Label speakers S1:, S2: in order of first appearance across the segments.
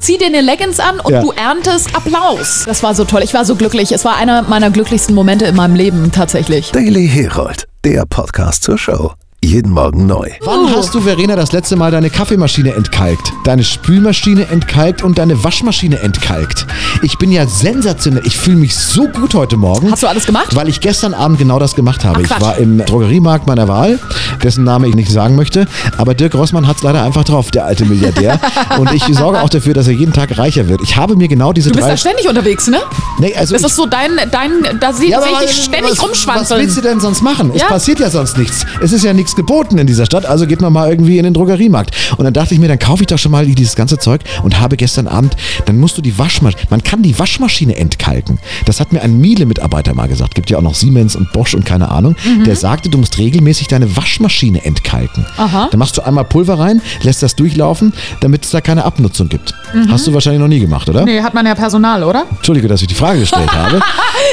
S1: zieh dir eine Leggings an und
S2: Ja.
S1: du erntest Applaus. Das war so toll. Ich war so glücklich. Es war einer meiner glücklichsten Momente in meinem Leben tatsächlich.
S3: Daily Herald, der Podcast zur Show. Jeden Morgen neu.
S2: Wann hast du, Verena, das letzte Mal deine Kaffeemaschine entkalkt? Deine Spülmaschine entkalkt und deine Waschmaschine entkalkt? Ich bin ja sensationell. Ich fühle mich so gut heute Morgen.
S1: Hast du alles gemacht?
S2: Weil ich gestern Abend genau das gemacht habe.
S1: Ach,
S2: ich
S1: Quatsch.
S2: war im Drogeriemarkt meiner Wahl, dessen Name ich nicht sagen möchte. Aber Dirk Rossmann hat es leider einfach drauf, der alte Milliardär. und ich sorge auch dafür, dass er jeden Tag reicher wird. Ich habe mir genau diese
S1: Du bist
S2: drei...
S1: da ständig unterwegs, ne?
S2: nee, also
S1: Das
S2: ich-
S1: ist so dein, dein, da se- sehe ich dich ständig
S2: was, Was
S1: rumschwanzeln.
S2: willst du denn sonst machen? Es
S1: Ja.
S2: passiert ja sonst nichts. Es ist ja nichts geboten in dieser Stadt, also geht man mal irgendwie in den Drogeriemarkt. Und dann dachte ich mir, dann kaufe ich doch schon mal dieses ganze Zeug und habe gestern Abend, dann musst du die Waschmaschine, man kann die Waschmaschine entkalken. Das hat mir ein Miele-Mitarbeiter mal gesagt. Gibt ja auch noch Siemens und Bosch und keine Ahnung.
S1: Mhm.
S2: Der sagte, du musst regelmäßig deine Waschmaschine entkalken.
S1: Aha.
S2: Dann machst du einmal Pulver rein, lässt das durchlaufen, damit es da keine Abnutzung gibt. Hast du wahrscheinlich noch nie gemacht, oder?
S1: Mhm. Nee, hat man ja Personal, oder?
S2: Entschuldige, dass ich die Frage gestellt habe.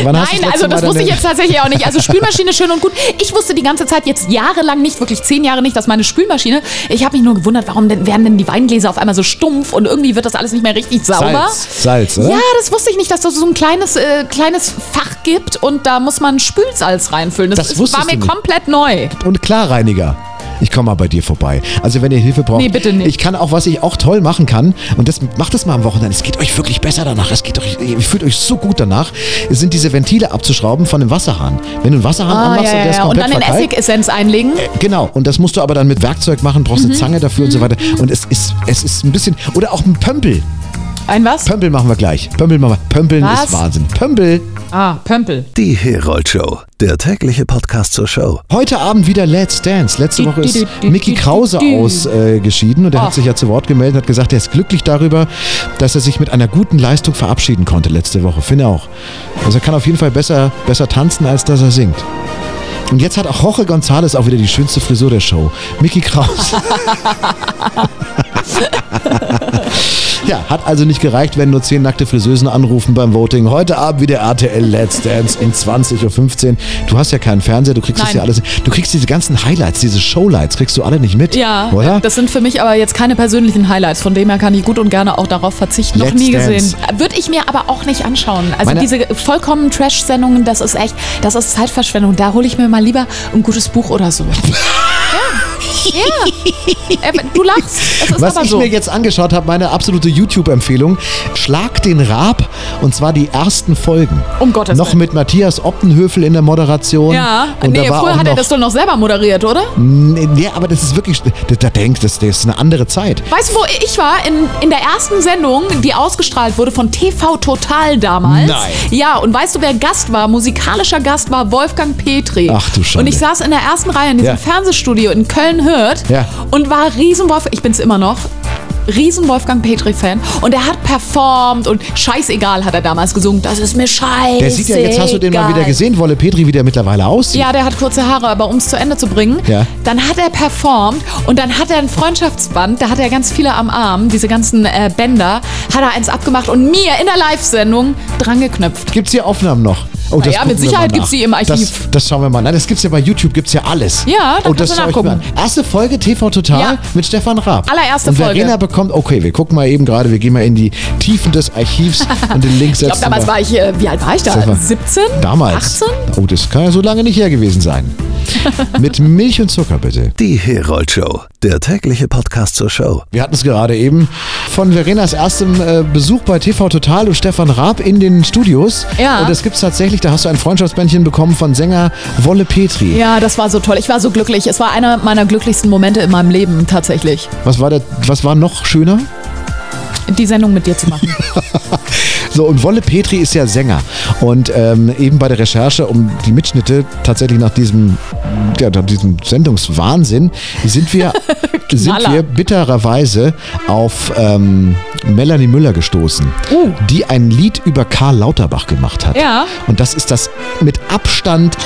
S2: Wann hast du
S1: Nein, also
S2: letzte
S1: das
S2: Mal
S1: wusste ich
S2: deine-
S1: jetzt tatsächlich auch nicht. Also Spülmaschine schön und gut. Ich wusste die ganze Zeit jetzt jahrelang nicht, wirklich zehn Jahre nicht, dass meine Spülmaschine. Ich habe mich nur gewundert, warum denn, werden denn die Weingläser auf einmal so stumpf und irgendwie wird das alles nicht mehr richtig sauber.
S2: Salz, Salz, oder?
S1: Ja, das wusste ich nicht, dass das so ein kleines, äh, kleines Fach gibt und da muss man Spülsalz reinfüllen. Das,
S2: Das
S1: ist,
S2: wusstest
S1: war mir
S2: du nicht.
S1: komplett neu.
S2: Und Klarreiniger. Ich komme mal bei dir vorbei. Also wenn ihr Hilfe braucht.
S1: Nee, bitte nicht.
S2: Ich kann auch, was ich auch toll machen kann, und das macht das mal am Wochenende. Es geht euch wirklich besser danach. Es geht euch, ihr fühlt euch so gut danach, sind diese Ventile abzuschrauben von dem Wasserhahn. Wenn du einen Wasserhahn
S1: Ah, ja,
S2: anmachst und
S1: ja,
S2: der ist
S1: ja. Und
S2: komplett
S1: dann in
S2: verkeilt,
S1: Essigessenz einlegen.
S2: Genau, und das musst du aber dann mit Werkzeug machen, brauchst
S1: Mhm.
S2: eine Zange dafür und so weiter. Und es ist, es ist ein bisschen. Oder auch ein Pömpel.
S1: Ein was?
S2: Pömpel machen wir gleich. Pömpel machen wir. Pömpeln
S1: Was?
S2: ist Wahnsinn. Pömpel.
S1: Ah, Pömpel.
S3: Die Herald Show, der tägliche Podcast zur Show.
S2: Heute Abend wieder Let's Dance. Letzte
S1: Du,
S2: Woche
S1: du,
S2: ist
S1: du,
S2: Mickey
S1: du,
S2: Krause
S1: du, du.
S2: ausgeschieden äh, geschieden und er
S1: Och.
S2: hat sich ja zu Wort gemeldet und hat gesagt, er ist glücklich darüber, dass er sich mit einer guten Leistung verabschieden konnte letzte Woche. Finde auch. Also er kann auf jeden Fall besser, besser tanzen, als dass er singt. Und jetzt hat auch Jorge González auch wieder die schönste Frisur der Show. Mickey Krause. ja, hat also nicht gereicht, wenn nur zehn nackte Friseusen anrufen beim Voting. Heute Abend wieder RTL Let's Dance um 20.15 Uhr. Du hast ja keinen Fernseher, du kriegst das
S1: Nein.
S2: ja alles. Du kriegst diese ganzen Highlights, diese Showlights, kriegst du alle nicht mit.
S1: Ja,
S2: Oder?
S1: das sind für mich aber jetzt keine persönlichen Highlights. Von dem her kann ich gut und gerne auch darauf verzichten. Noch
S2: Let's
S1: nie
S2: Dance.
S1: gesehen. Würde ich mir aber auch nicht anschauen. Also
S2: Meine-
S1: diese vollkommen Trash-Sendungen, das ist echt, das ist Zeitverschwendung. Da hole ich mir mal lieber ein gutes Buch oder so. ja. ja. Äh, Du lachst. Es ist
S2: Was
S1: aber
S2: ich
S1: so.
S2: mir jetzt angeschaut habe, meine absolute YouTube-Empfehlung, Schlag den Raab und zwar die ersten Folgen.
S1: Um Gottes
S2: Noch
S1: Willen.
S2: mit Matthias Optenhöfel in der Moderation.
S1: ja,
S2: und
S1: nee,
S2: da war
S1: früher
S2: auch
S1: hat er
S2: noch, Hm.
S1: das doch noch selber moderiert, oder?
S2: Nee, nee, aber das ist wirklich, da, da denkt, das, das ist eine andere Zeit.
S1: Weißt du, wo ich war? In, in der ersten Sendung, die ausgestrahlt wurde von TV Total damals.
S2: Nein.
S1: Ja, und weißt du, wer Gast war? Musikalischer Gast war Wolfgang Petri.
S2: Ach du Schande.
S1: Und ich saß in der ersten Reihe in diesem
S2: Ja.
S1: Fernsehstudio in Köln-Hürth
S2: Ja.
S1: und war Riesenwolf. Ich bin's immer noch. Riesen Wolfgang Petri-Fan und er hat performt und scheißegal hat er damals gesungen. Das ist mir scheißegal.
S2: Der sieht ja, jetzt hast du den mal wieder gesehen, Wolle Petri, wie der mittlerweile aussieht.
S1: Ja, der hat kurze Haare, aber um es zu Ende zu bringen,
S2: Ja.
S1: dann hat er performt und dann hat er ein Freundschaftsband, da hat er ganz viele am Arm, diese ganzen äh, Bänder, hat er eins abgemacht und mir in der Live-Sendung drangeknüpft.
S2: Gibt's hier Aufnahmen noch? Oh,
S1: ja, mit
S2: gucken wir
S1: Sicherheit
S2: mal
S1: gibt's
S2: nach.
S1: die im Archiv.
S2: Das, das schauen wir mal. Nein, das gibt's ja bei YouTube, gibt's ja alles.
S1: Ja, da
S2: oh,
S1: kannst
S2: das
S1: du
S2: schau ich mir
S1: nachgucken.
S2: an. Erste Folge TV Total
S1: Ja.
S2: mit Stefan Raab.
S1: Allererste
S2: Und
S1: Folge.
S2: Verena bekommt, okay, wir gucken mal eben gerade, wir gehen mal in die Tiefen des Archivs und den Link
S1: Ich
S2: setzen
S1: glaube, damals
S2: wir.
S1: war ich, äh, wie alt war ich da?
S2: Sag mal,
S1: 17?
S2: Damals.
S1: 18?
S2: Oh, das kann ja so lange nicht her gewesen sein. mit Milch und Zucker bitte.
S3: Die Herald Show, der tägliche Podcast zur Show.
S2: Wir hatten es gerade eben von Verenas erstem äh, Besuch bei TV Total und Stefan Raab in den Studios.
S1: Ja.
S2: Und das gibt's tatsächlich, da hast du ein Freundschaftsbändchen bekommen von Sänger Wolle Petri.
S1: Ja, das war so toll. Ich war so glücklich. Es war einer meiner glücklichsten Momente in meinem Leben tatsächlich,
S2: Was, war der, was war noch schöner?
S1: die Sendung mit dir zu machen.
S2: So, und Wolle Petri ist ja Sänger. Und ähm, eben bei der Recherche um die Mitschnitte, tatsächlich nach diesem, ja, nach diesem Sendungswahnsinn, sind wir, sind
S1: Knaller.
S2: wir bittererweise auf ähm, Melanie Müller gestoßen,
S1: Oh.
S2: die ein Lied über Karl Lauterbach gemacht hat.
S1: Ja.
S2: Und das ist das mit Abstand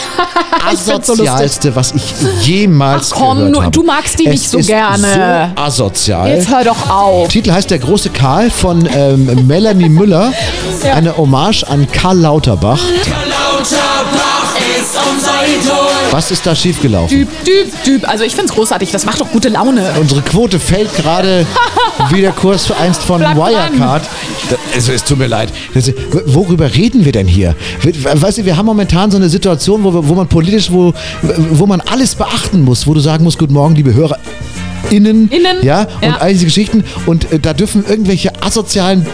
S1: find's so
S2: asozialste, was ich jemals
S1: Ach komm,
S2: gehört
S1: nur-
S2: habe.
S1: du magst die
S2: es
S1: nicht so
S2: ist
S1: gerne.
S2: So asozial.
S1: Jetzt hör doch auf.
S2: Titel heißt Der große Karl von ähm, Melanie Müller. Eine Hommage an Karl Lauterbach.
S4: Lauterbach ist unser Idol.
S2: Was ist da schiefgelaufen?
S1: Düb, düb, düb. Also ich find's großartig. Das macht doch gute Laune.
S2: Unsere Quote fällt gerade wie der Kurs für einst von
S1: Bleib dran.
S2: Wirecard. Da- Also, es tut mir leid. Das- w- Worüber reden wir denn hier? We- Weißt du, wir haben momentan so eine Situation, wo, wir- wo man politisch, wo, wo man alles beachten muss, wo du sagen musst, guten Morgen, liebe Hörer. Innen,
S1: Innen,
S2: ja, und
S1: ja.
S2: all diese Geschichten. Und äh, da dürfen irgendwelche asozialen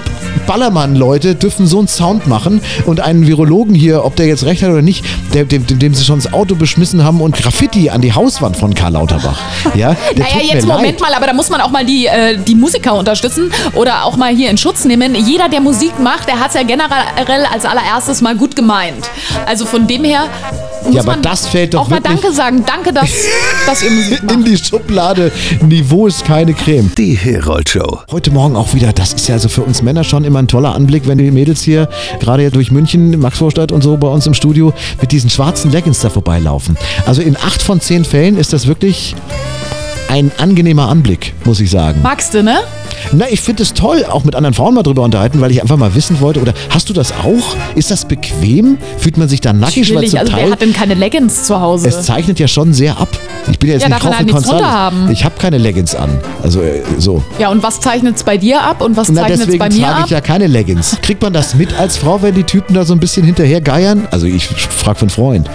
S2: Ballermann-Leute dürfen so einen Sound machen und einen Virologen hier, ob der jetzt recht hat oder nicht, der, dem, dem, dem sie schon das Auto beschmissen haben und Graffiti an die Hauswand von Karl Lauterbach. Ja, der
S1: Naja,
S2: tut mir
S1: jetzt Moment
S2: leid.
S1: mal, aber da muss man auch mal die, äh, die Musiker unterstützen oder auch mal hier in Schutz nehmen. Jeder, der Musik macht, der hat es ja generell als allererstes mal gut gemeint. Also von dem her muss
S2: aber
S1: man
S2: das fällt doch
S1: auch mal
S2: wirklich-
S1: Danke sagen. Danke, dass, dass ihr Musik macht.
S2: In die Schublade, Niveau ist keine Creme.
S3: Die Herold Show.
S2: Heute Morgen auch wieder, das ist ja also für uns Männer schon immer ein toller Anblick, wenn die Mädels hier, gerade hier durch München, Maxvorstadt und so bei uns im Studio, mit diesen schwarzen Leggings da vorbeilaufen. Also in acht von zehn Fällen ist das wirklich ein angenehmer Anblick, muss ich sagen.
S1: Magst du, ne?
S2: Na, ich finde es toll, auch mit anderen Frauen mal drüber unterhalten, weil ich einfach mal wissen wollte, oder hast du das auch? Ist das bequem? Fühlt man sich da nackig? Weil
S1: Natürlich.
S2: zum
S1: Also wer
S2: Teil
S1: hat denn keine Leggings zu Hause?
S2: es zeichnet ja schon sehr ab. Ich bin ja jetzt
S1: Ja,
S2: nicht
S1: darf man
S2: drauf
S1: halt nichts
S2: Konstanz.
S1: drunter haben.
S2: Ich habe keine Leggings an. Also äh, so.
S1: ja, und was zeichnet es bei dir ab und was
S2: Na,
S1: zeichnet es
S2: deswegen
S1: bei
S2: trage ich
S1: mir ab?
S2: ja keine Leggings. Kriegt man das mit als Frau, wenn die Typen da so ein bisschen hinterher geiern? Also ich frage von Freund.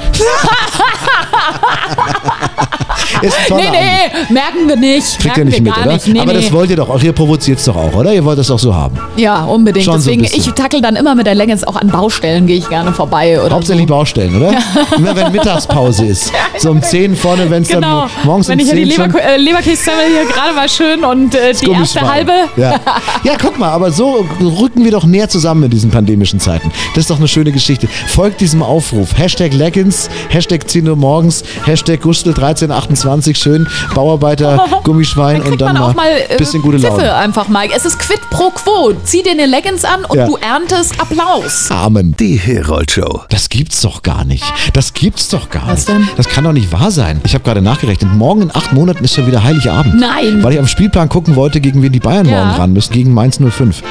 S2: Ist ein toller
S1: Nee,
S2: Anblick.
S1: nee, merken wir nicht.
S2: Kriegt
S1: merken
S2: ihr nicht
S1: wir
S2: mit,
S1: gar
S2: oder?
S1: nicht. Nee,
S2: Aber
S1: nee.
S2: das wollt ihr doch auch. Ihr provoziert es doch auch, oder? Ihr wollt das doch so haben.
S1: ja, unbedingt.
S2: Schon so ein
S1: Deswegen, ich
S2: bisschen.
S1: tackel dann immer mit der Leggings auch an Baustellen, gehe ich gerne vorbei. Oder
S2: Hauptsächlich Baustellen, oder? Immer wenn Mittagspause ist. So um 10 vorne, wenn es
S1: Genau.
S2: dann morgens
S1: Wenn
S2: um
S1: ich ja
S2: 10
S1: die
S2: schon-
S1: Leber äh, Leberkässemmel hier gerade mal schön und äh, die erste
S2: Gummischwein.
S1: halbe.
S2: Ja. ja, guck mal, aber so rücken wir doch näher zusammen in diesen pandemischen Zeiten. Das ist doch eine schöne Geschichte. Folgt diesem Aufruf. Hashtag Leggings, Hashtag 10 Uhr morgens, Hashtag Gustel 1328, schön, Bauarbeiter, Gummischwein
S1: Dann kriegt
S2: und dann
S1: man auch mal äh,
S2: ein bisschen gute
S1: Pfiffe
S2: Laune.
S1: einfach mal. Es ist quid pro quo. Zieh dir eine Leggings an und
S2: Ja.
S1: du erntest Applaus.
S2: Amen.
S3: Die Herold Show.
S2: Das gibt's doch gar nicht. Das gibt's doch gar
S1: Was
S2: nicht.
S1: denn?
S2: Das kann doch nicht wahr sein. Ich habe gerade nachgerechnet. Morgen in acht Monaten ist schon wieder Heiligabend.
S1: Nein.
S2: Weil ich am Spielplan gucken wollte, gegen wen die Bayern
S1: Ja. Hm.
S2: morgen ran müssen. Gegen Mainz 05.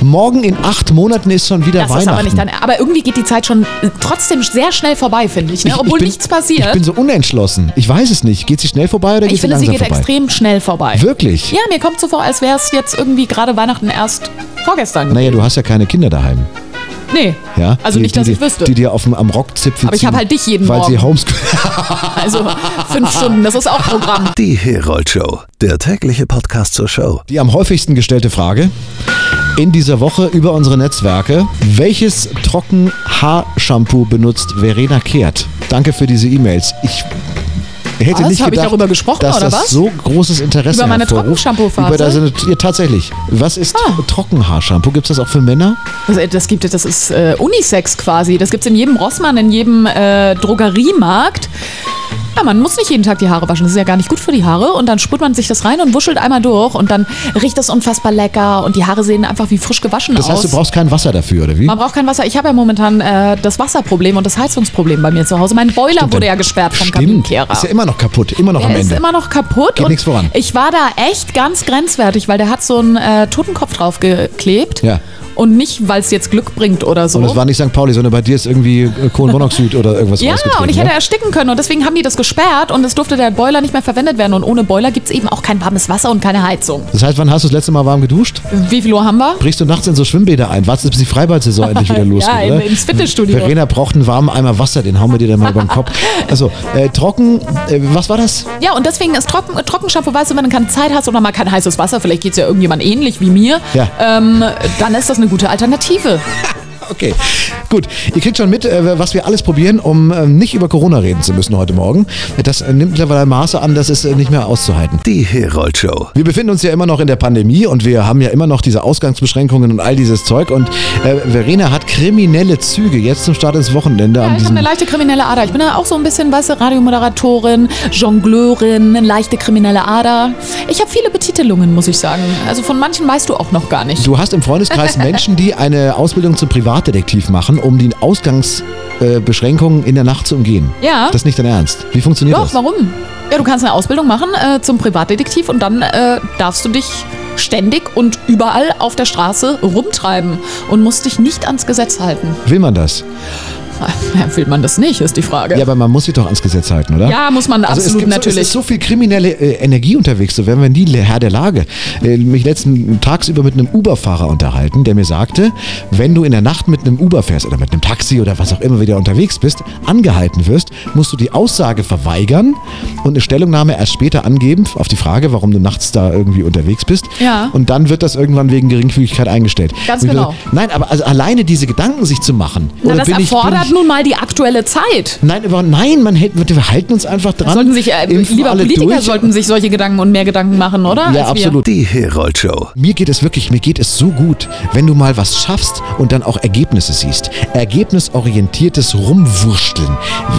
S2: Morgen in acht Monaten ist schon wieder
S1: Das ist
S2: Weihnachten.
S1: aber nicht dein. Aber irgendwie geht die Zeit schon äh, trotzdem sehr schnell vorbei, finde ich. Ne?
S2: Ich-
S1: Obwohl
S2: ich bin,
S1: nichts passiert.
S2: Ich bin so unentschlossen. Ich weiß es nicht. Geht sie schnell vorbei oder geht
S1: Ich
S2: sie
S1: finde, sie
S2: langsam
S1: geht
S2: vorbei?
S1: extrem schnell vorbei.
S2: Wirklich?
S1: Ja, mir kommt so vor, als wäre es jetzt irgendwie gerade Weihnachten erst vorgestern.
S2: Naja, du hast ja keine Kinder daheim.
S1: Nee.
S2: Ne. Ja?
S1: Also
S2: die,
S1: nicht,
S2: die,
S1: dass ich
S2: dir-
S1: wüsste.
S2: Die dir auf dem, am Rockzipfel
S1: Aber ich hab
S2: ziehen,
S1: halt dich jeden
S2: weil Sie
S1: Morgen.
S2: Homeschool
S1: also fünf Stunden, das ist auch Programm.
S3: Die Herold Show. Der tägliche Podcast zur Show.
S2: Die am häufigsten gestellte Frage in dieser Woche über unsere Netzwerke. Welches Trockenhaarshampoo benutzt Verena Kehrt? Danke für diese E-Mails. Ich hätte
S1: Was?
S2: nicht
S1: Hab ich
S2: gedacht,
S1: darüber gesprochen,
S2: dass
S1: oder
S2: das
S1: was?
S2: so großes Interesse
S1: Über meine Ah.
S2: hervorruft.
S1: Trockenshampoo-Phase?
S2: Über das, ja, tatsächlich. Was ist Trockenhaarshampoo? Gibt es das auch für Männer?
S1: Also, Das gibt es, das ist äh, Unisex quasi. Das gibt es in jedem Rossmann, in jedem äh, Drogeriemarkt. Ja, man muss nicht jeden Tag die Haare waschen. Das ist ja gar nicht gut für die Haare. Und dann sprüht man sich das rein und wuschelt einmal durch. Und dann riecht das unfassbar lecker. Und die Haare sehen einfach wie frisch gewaschen
S2: Das
S1: aus.
S2: heißt, du brauchst kein Wasser dafür, oder wie?
S1: man braucht kein Wasser. Ich habe ja momentan äh, das Wasserproblem und das Heizungsproblem bei mir zu Hause. Mein Boiler wurde ja gesperrt vom
S2: Stimmt.
S1: Kaminkehrer.
S2: Ist ja immer noch kaputt, immer noch am
S1: Der ist
S2: Ende.
S1: immer noch kaputt.
S2: Geht
S1: und
S2: nix voran.
S1: Ich war da echt ganz grenzwertig, weil der hat so einen äh, Totenkopf draufgeklebt.
S2: Ja.
S1: Und nicht, weil es jetzt Glück bringt oder so.
S2: und das war nicht St. Pauli, sondern bei dir ist irgendwie äh, Kohlenmonoxid oder irgendwas
S1: ja,
S2: rausgetreten,
S1: und ich hätte
S2: ne?
S1: ersticken können und deswegen haben die das gesperrt und es durfte der Boiler nicht mehr verwendet werden. Und ohne Boiler gibt es eben auch kein warmes Wasser und keine Heizung.
S2: Das heißt, wann hast du das letzte Mal warm geduscht?
S1: Wie viel Uhr haben wir?
S2: brichst du nachts in so Schwimmbäder ein, wartest bis die Freibad-Saison endlich wieder losgeht,
S1: Ja, in-
S2: oder?
S1: ins Fitnessstudio.
S2: Verena braucht einen warmen Eimer Wasser, den hauen wir dir dann mal über den Kopf. Also, äh, trocken, äh, was war das?
S1: Ja, und deswegen ist Trocken, äh, Trockenshampoo, weißt du, wenn du keine Zeit hast oder mal kein heißes Wasser, vielleicht geht es ja irgendjemand ähnlich wie mir,
S2: Ja.
S1: ähm, dann ist das eine gute Alternative.
S2: Okay, gut. Ihr kriegt schon mit, äh, was wir alles probieren, um äh, nicht über Corona reden zu müssen heute Morgen. Das äh, nimmt mittlerweile Maße an, das ist äh, nicht mehr auszuhalten.
S3: Die Herold Show.
S2: Wir befinden uns ja immer noch in der Pandemie und wir haben ja immer noch diese Ausgangsbeschränkungen und all dieses Zeug. Und äh, Verena hat kriminelle Züge jetzt zum Start ins Wochenende.
S1: Ja,
S2: an
S1: ich habe
S2: diesem
S1: eine leichte kriminelle Ader. Ich bin ja auch so ein bisschen, weißt du, Radiomoderatorin, Jongleurin, leichte kriminelle Ader. Ich habe viele Betitelungen, muss ich sagen. Also von manchen weißt du auch noch gar nicht.
S2: Du hast im Freundeskreis Menschen, die eine Ausbildung zum Privatdetektiv machen, um die Ausgangsbeschränkungen in der Nacht zu umgehen.
S1: Ja.
S2: Das ist nicht dein Ernst. Wie funktioniert
S1: Doch,
S2: das?
S1: warum? Ja, du kannst eine Ausbildung machen äh, zum Privatdetektiv und dann äh, darfst du dich ständig und überall auf der Straße rumtreiben und musst dich nicht ans Gesetz halten.
S2: Will man das?
S1: Ja, will man das nicht, ist die Frage.
S2: Ja, aber man muss sich doch ans Gesetz halten, oder?
S1: Ja, muss man
S2: Also es
S1: absolut
S2: gibt So, es
S1: natürlich.
S2: ist so viel kriminelle äh, Energie unterwegs, so werden wir nie Herr der Lage. Äh, mich letzten tagsüber mit einem Uber-Fahrer unterhalten, der mir sagte, wenn du in der Nacht mit einem Uber fährst oder mit einem Taxi oder was auch immer wieder unterwegs bist, angehalten wirst, musst du die Aussage verweigern und eine Stellungnahme erst später angeben auf die Frage, warum du nachts da irgendwie unterwegs bist.
S1: Ja.
S2: Und dann wird das irgendwann wegen Geringfügigkeit eingestellt.
S1: Ganz
S2: Und ich
S1: genau.
S2: dachte, Nein, aber also alleine diese Gedanken sich zu machen.
S1: Na,
S2: oder
S1: das
S2: bin ich- bin
S1: erfordert
S2: ich,
S1: nun mal die aktuelle Zeit.
S2: Nein, aber nein, man hält, wir halten uns einfach dran.
S1: Sollten sich, äh,
S2: impfen
S1: lieber
S2: alle
S1: Politiker
S2: durch.
S1: sollten sich solche Gedanken und mehr Gedanken machen, oder?
S2: Ja,
S1: Als wir.
S2: absolut.
S3: Die Herold Show.
S2: Mir geht es wirklich, mir geht es so gut, wenn du mal was schaffst und dann auch Ergebnisse siehst. Ergebnisorientiertes Rumwurschteln.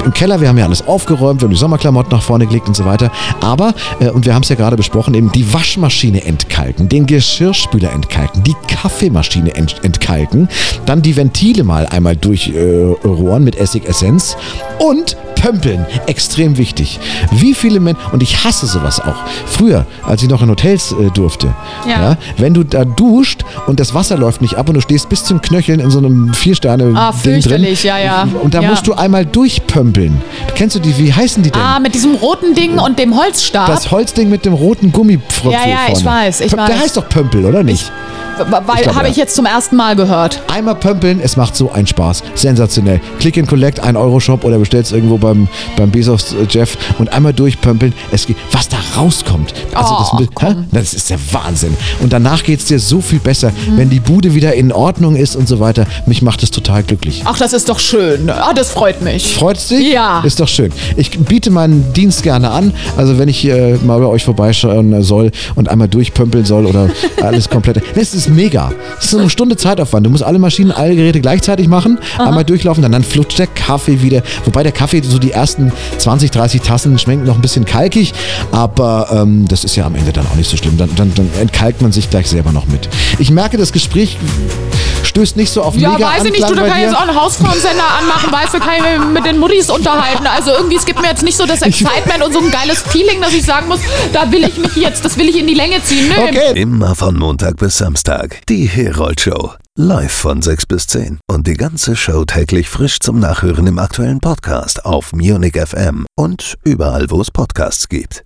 S2: Im Keller, wir haben ja alles aufgeräumt, wir haben die Sommerklamotten nach vorne gelegt und so weiter. Aber, äh, und wir haben es ja gerade besprochen, eben die Waschmaschine entkalken, den Geschirrspüler entkalken, die Kaffeemaschine ent entkalken, dann die Ventile mal einmal durchrohren äh, rohren mit Essigessenz und Pömpeln, extrem wichtig. Wie viele Menschen, und ich hasse sowas auch. Früher, als ich noch in Hotels äh, durfte,
S1: Ja.
S2: ja, wenn du da duscht und das Wasser läuft nicht ab und du stehst bis zum Knöcheln in so einem Vier-Sterne-Ding
S1: Ah,
S2: drin.
S1: fürchterlich, ja, ja.
S2: Und da
S1: ja.
S2: musst du einmal durchpömpeln. Kennst du die, wie heißen die denn?
S1: Ah, mit diesem roten Ding und dem Holzstab.
S2: das Holzding mit dem roten Gummipfropfen
S1: Ja, ja,
S2: vorne.
S1: ich weiß, ich
S2: Pö- Der
S1: weiß.
S2: heißt doch Pömpel, oder nicht?
S1: weil
S2: glaub,
S1: habe
S2: ja.
S1: ich jetzt zum ersten Mal gehört.
S2: Einmal pömpeln, es macht so einen Spaß. Sensationell. Click and Collect, 1 Euro Shop oder bestellst irgendwo beim, beim Bezos äh, Jeff und einmal durchpömpeln. Es geht, was da rauskommt. Also das,
S1: Oh,
S2: mit- hä? Na, das ist der Wahnsinn. Und danach geht es dir so viel besser, wenn die Bude wieder in Ordnung ist und so weiter. Mich macht es total glücklich.
S1: Ach, das ist doch schön. Ah, das freut mich.
S2: Freut's dich?
S1: Ja.
S2: Ist doch schön. Ich biete meinen Dienst gerne an. Also wenn ich äh, mal bei euch vorbeischauen äh, soll und einmal durchpömpeln soll oder alles komplett. Das ist mega. Das ist so eine Stunde Zeitaufwand. Du musst alle Maschinen, alle Geräte gleichzeitig machen, einmal durchlaufen, dann, dann flutscht der Kaffee wieder. Wobei der Kaffee so die ersten 20, 30 Tassen schmecken noch ein bisschen kalkig, aber ähm, das ist ja am Ende dann auch nicht so schlimm. Dann, dann, dann entkalkt man sich gleich selber noch mit. Ich merke, das Gespräch stößt nicht so auf
S1: ja,
S2: mega
S1: weiß ich nicht,
S2: Anklang
S1: du, da
S2: bei
S1: kann ich
S2: dir.
S1: jetzt auch einen Hausfrauensender anmachen, weißt du, kann ich mich mit den Muttis unterhalten. Also irgendwie, es gibt mir jetzt nicht so das Excitement und so ein geiles Feeling, dass ich sagen muss, da will ich mich jetzt, das will ich in die Länge ziehen. Nö,
S2: Okay,
S3: Immer von Montag bis Samstag. Die Herold Show. Live von 6 bis 10. Und die ganze Show täglich frisch zum Nachhören im aktuellen Podcast auf Munich FM und überall, wo es Podcasts gibt.